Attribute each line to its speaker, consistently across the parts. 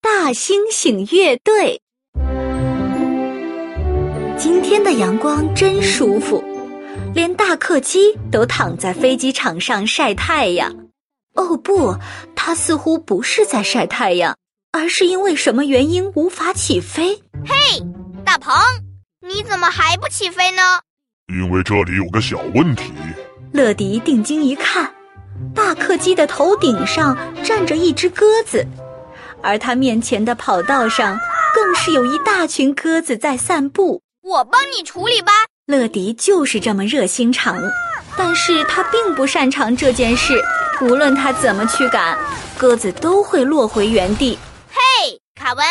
Speaker 1: 大猩猩乐队。今天的阳光真舒服，连大客机都躺在飞机场上晒太阳。哦不，它似乎不是在晒太阳，而是因为什么原因无法起飞。
Speaker 2: 嘿，大鹏，你怎么还不起飞呢？
Speaker 3: 因为这里有个小问题。
Speaker 1: 乐迪定睛一看，大客机的头顶上站着一只鸽子，而它面前的跑道上更是有一大群鸽子在散步。
Speaker 2: 我帮你处理吧。
Speaker 1: 乐迪就是这么热心肠，但是他并不擅长这件事。无论他怎么驱赶，鸽子都会落回原地。
Speaker 2: 嘿，哎卡文，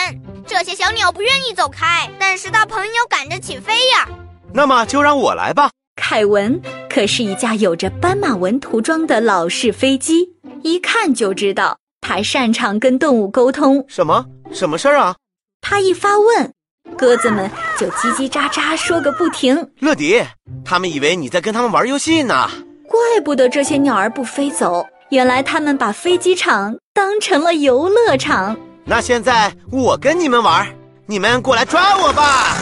Speaker 2: 这些小鸟不愿意走开，但是大朋友赶着起飞呀。
Speaker 4: 那么就让我来吧。
Speaker 1: 凯文可是一架有着斑马纹涂装的老式飞机，一看就知道他擅长跟动物沟通。
Speaker 4: 什么？什么事儿啊？
Speaker 1: 他一发问，鸽子们就叽叽喳喳说个不停。
Speaker 4: 乐迪，他们以为你在跟他们玩游戏呢。
Speaker 1: 怪不得这些鸟儿不飞走，原来他们把飞机场当成了游乐场。
Speaker 4: 那现在我跟你们玩，你们过来抓我吧！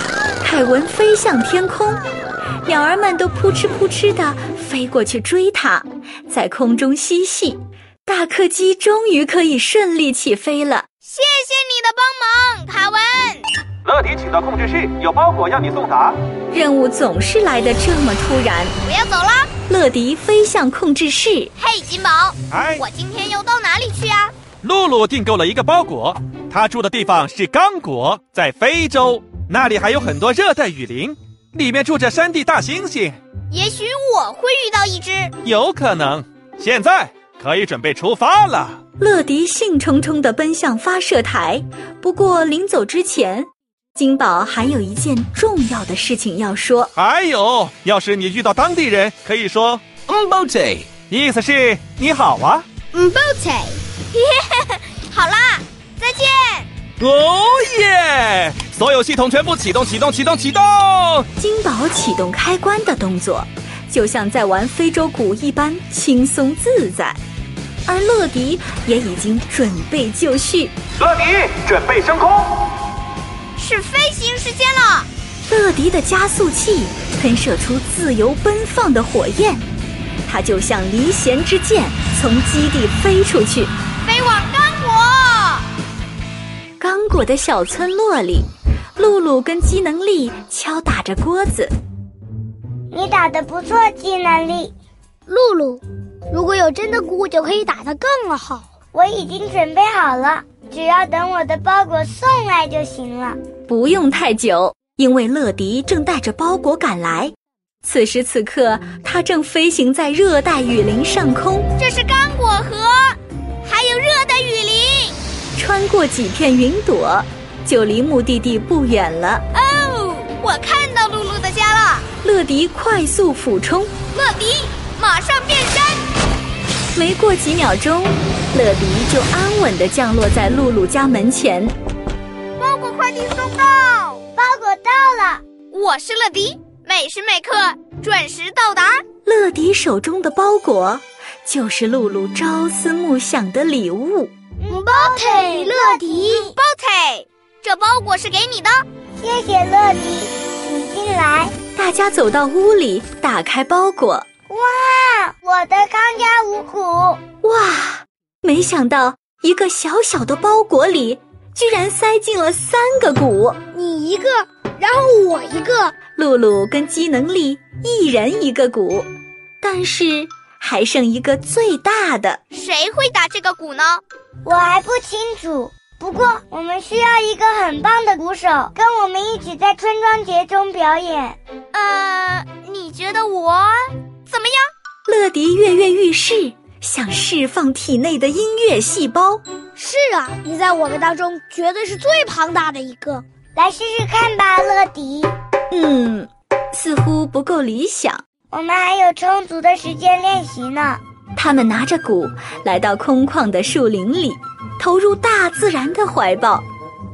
Speaker 1: 凯文飞向天空，鸟儿们都扑哧扑哧地飞过去追它，在空中嬉戏。大客机终于可以顺利起飞了。
Speaker 2: 谢谢你的帮忙，卡文。
Speaker 5: 乐迪，请到控制室，有包裹要你送达。
Speaker 1: 任务总是来得这么突然。
Speaker 2: 我要走了。
Speaker 1: 乐迪飞向控制室。
Speaker 2: 嘿，金宝，
Speaker 6: 哎
Speaker 2: 我今天要到哪里去啊呀、
Speaker 6: 露露订购了一个包裹，她住的地方是刚果，在非洲，那里还有很多热带雨林，里面住着山地大猩猩，
Speaker 2: 也许我会遇到一只。
Speaker 6: 有可能。现在可以准备出发了。
Speaker 1: 乐迪兴冲冲地奔向发射台，不过临走之前，金宝还有一件重要的事情要说。
Speaker 6: 还有，要是你遇到当地人，可以说，
Speaker 4: 嗯 b o j
Speaker 6: 意思是你好啊。
Speaker 2: 嗯 b o t 好啦，再见。
Speaker 6: 哦耶！所有系统全部启动，启动，启动，启动。
Speaker 1: 金宝启动开关的动作，就像在玩非洲鼓一般轻松自在，而乐迪也已经准备就绪。
Speaker 5: 乐迪，准备升空。
Speaker 2: 是飞行时间了。
Speaker 1: 乐迪的加速器喷射出自由奔放的火焰，它就像离弦之箭，从基地飞出去。
Speaker 2: 飞往刚果。
Speaker 1: 刚果的小村落里，露露跟机能力敲打着锅子。
Speaker 7: 你打的不错，技能力。
Speaker 8: 露露，如果有真的菇，就可以打得更好。
Speaker 7: 我已经准备好了，只要等我的包裹送来就行了。
Speaker 1: 不用太久，因为乐迪正带着包裹赶来。此时此刻，他正飞行在热带雨林上空，
Speaker 2: 这是刚果河，还有热带雨林。
Speaker 1: 穿过几片云朵，就离目的地不远了。
Speaker 2: 哦，我看到露露的家了。
Speaker 1: 乐迪快速俯冲，
Speaker 2: 乐迪，马上变身。
Speaker 1: 没过几秒钟，乐迪就安稳地降落在露露家门前。
Speaker 2: 包裹快递送到，
Speaker 7: 包裹到了，
Speaker 2: 我是乐迪，每时每刻准时到达。
Speaker 1: 乐迪手中的包裹，就是露露朝思暮想的礼物。
Speaker 7: 嗯 b o t 乐迪，
Speaker 2: b o t 这包裹是给你的。
Speaker 7: 谢谢乐迪，请进来。
Speaker 1: 大家走到屋里，打开包裹，
Speaker 7: 哇，我的康佳五谷，
Speaker 1: 哇！没想到一个小小的包裹里，居然塞进了三个谷。
Speaker 8: 你一个，然后我一个，
Speaker 1: 露露跟机能力一人一个谷，但是还剩一个最大的。
Speaker 2: 谁会打这个鼓呢？
Speaker 7: 我还不清楚。不过我们需要一个很棒的鼓手，跟我们一起在春装节中表演。
Speaker 2: 呃，你觉得我怎么样？
Speaker 1: 乐迪跃跃欲试，想释放体内的音乐细胞。
Speaker 8: 是啊，你在我们当中绝对是最庞大的一个。
Speaker 7: 来试试看吧，乐迪。
Speaker 1: 嗯，似乎不够理想。
Speaker 7: 我们还有充足的时间练习呢。
Speaker 1: 他们拿着鼓来到空旷的树林里，投入大自然的怀抱，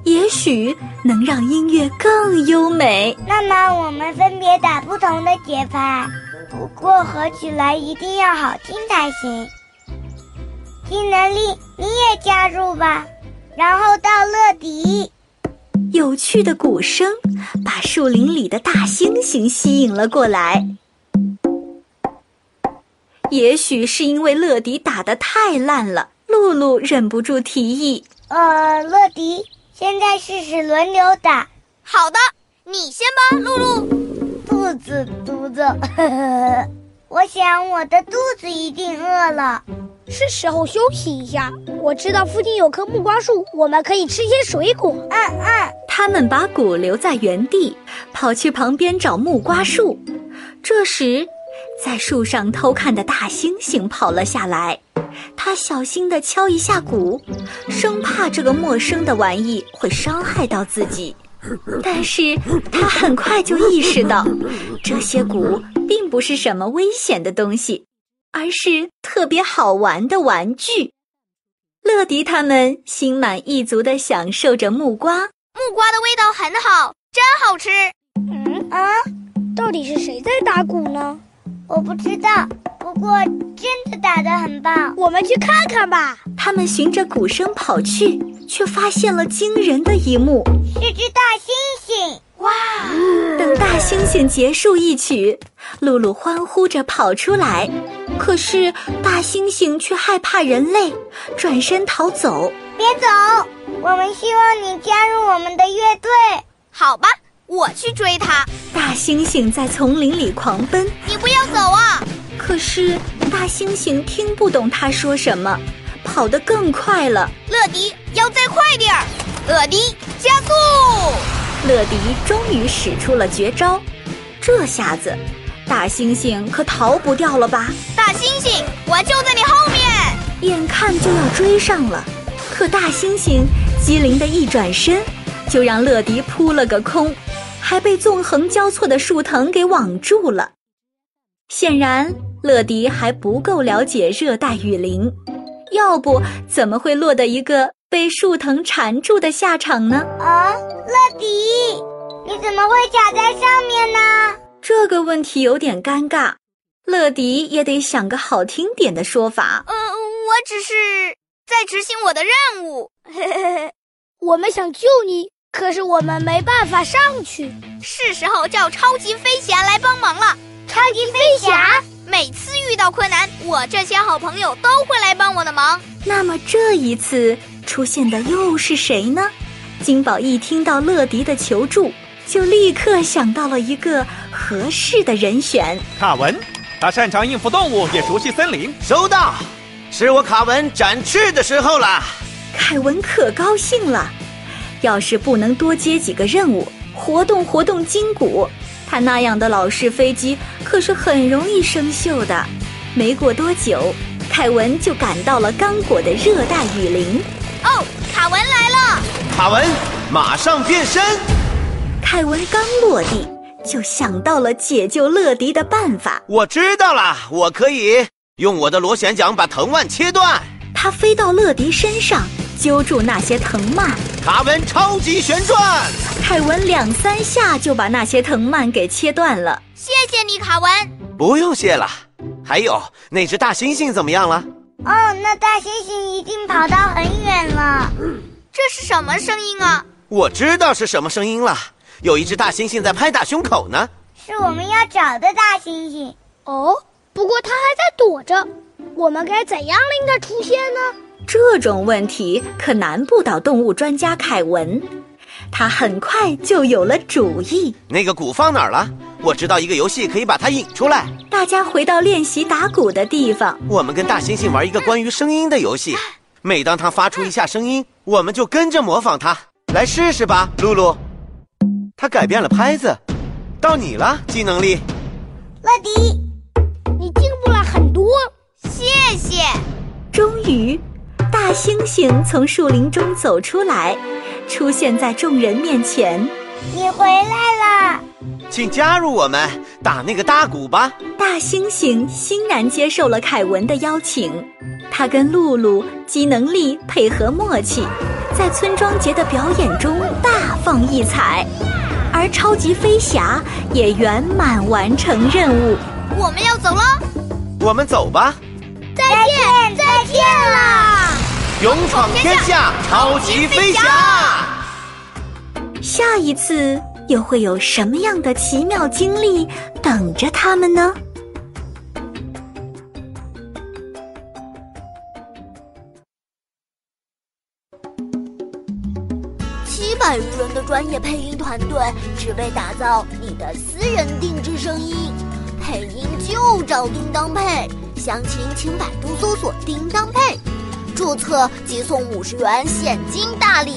Speaker 1: 也许能让音乐更优美。
Speaker 7: 那么我们分别打不同的节拍，不过合起来一定要好听才行。技能力你也加入吧，然后到乐迪笛。
Speaker 1: 有趣的鼓声把树林里的大猩猩吸引了过来。也许是因为乐迪打得太烂了，露露忍不住提议。
Speaker 7: 呃，乐迪，现在试试轮流打
Speaker 2: 好的，你先吧，露露。
Speaker 7: 肚子嘟着。 我想我的肚子一定饿了。
Speaker 8: 是时候休息一下。我知道附近有棵木瓜树，我们可以吃些水果。
Speaker 7: 嗯嗯，
Speaker 1: 他们把鼓留在原地，跑去旁边找木瓜树。这时，在树上偷看的大猩猩跑了下来，他小心地敲一下鼓，生怕这个陌生的玩意会伤害到自己。但是他很快就意识到，这些鼓并不是什么危险的东西，而是特别好玩的玩具。乐迪他们心满意足地享受着木瓜。
Speaker 2: 木瓜的味道很好，真好吃。
Speaker 8: 嗯啊，到底是谁在打鼓呢？
Speaker 7: 我不知道，不过真的打得很棒。
Speaker 8: 我们去看看吧。
Speaker 1: 他们循着鼓声跑去，却发现了惊人的一幕。
Speaker 7: 是只大猩猩，
Speaker 1: 等大猩猩结束一曲，露露欢呼着跑出来，可是大猩猩却害怕人类，转身逃走。
Speaker 7: 别走，我们希望你加入我们的乐队。
Speaker 2: 好吧，我去追它。
Speaker 1: 大猩猩在丛林里狂奔，
Speaker 2: 你不要走啊！
Speaker 1: 可是大猩猩听不懂他说什么，跑得更快了。
Speaker 2: 乐迪，要再快点儿！乐迪，加速！
Speaker 1: 乐迪终于使出了绝招，这下子，大猩猩可逃不掉了吧？
Speaker 2: 大猩猩，我就在你后面。
Speaker 1: 眼看就要追上了，可大猩猩机灵的一转身，就让乐迪扑了个空，还被纵横交错的树藤给网住了。显然，乐迪还不够了解热带雨林，要不怎么会落得一个被树藤缠住的下场呢？
Speaker 7: 啊，乐迪，你怎么会卡在上面呢？
Speaker 1: 这个问题有点尴尬，乐迪也得想个好听点的说法。
Speaker 2: 嗯、我只是在执行我的任务。
Speaker 8: 我们想救你，可是我们没办法上去。
Speaker 2: 是时候叫超级飞侠来帮忙了。
Speaker 7: 超级飞侠，
Speaker 2: 每次遇到困难，我这些好朋友都会来帮我的忙。
Speaker 1: 那么这一次出现的又是谁呢？金宝一听到乐迪的求助，就立刻想到了一个合适的人选。
Speaker 6: 卡文，他擅长应付动物，也熟悉森林。
Speaker 4: 收到，是我卡文展翅的时候了。
Speaker 1: 凯文可高兴了，要是不能多接几个任务，活动活动筋骨，他那样的老式飞机可是很容易生锈的。没过多久，凯文就赶到了刚果的热带雨林。
Speaker 2: 哦，卡文来了！
Speaker 4: 卡文，马上变身！
Speaker 1: 凯文刚落地，就想到了解救乐迪的办法。
Speaker 4: 我知道了，我可以用我的螺旋桨把藤蔓切断。
Speaker 1: 他飞到乐迪身上，揪住那些藤蔓。
Speaker 4: 卡文超级旋转，
Speaker 1: 凯文两三下就把那些藤蔓给切断了。
Speaker 2: 谢谢你，卡文。
Speaker 4: 不用谢了。还有那只大猩猩怎么样了？
Speaker 7: 哦，那大猩猩一定跑到很远了。
Speaker 2: 这是什么声音啊？
Speaker 4: 我知道是什么声音了，有一只大猩猩在拍打胸口呢。
Speaker 7: 是我们要找的大猩猩。
Speaker 8: 哦，不过他还在躲着。我们该怎样令他出现呢？
Speaker 1: 这种问题可难不倒动物专家凯文，他很快就有了主意。
Speaker 4: 那个鼓放哪儿了？我知道一个游戏可以把它引出来。
Speaker 1: 大家回到练习打鼓的地方，
Speaker 4: 我们跟大猩猩玩一个关于声音的游戏，每当它发出一下声音，我们就跟着模仿它。来试试吧，露露。它改变了拍子，到你了，技能力。
Speaker 7: 乐迪，
Speaker 8: 你进步了很多。
Speaker 2: 谢谢。
Speaker 1: 终于，大猩猩从树林中走出来，出现在众人面前。
Speaker 7: 你回来了。
Speaker 4: 请加入我们打那个大鼓吧。
Speaker 1: 大猩猩欣然接受了凯文的邀请，他跟露露、机能力配合默契，在村庄节的表演中大放异彩，而超级飞侠也圆满完成任务。
Speaker 2: 我们要走了，
Speaker 4: 我们走吧，
Speaker 7: 再见，再见啦。
Speaker 4: 勇闯天下，超级飞侠。
Speaker 1: 下一次又会有什么样的奇妙经历等着他们呢？
Speaker 2: 七百余人的专业配音团队，只为打造你的私人定制声音。配音就找叮当配，详情请百度搜索“叮当配”，注册即送五十元现金大礼。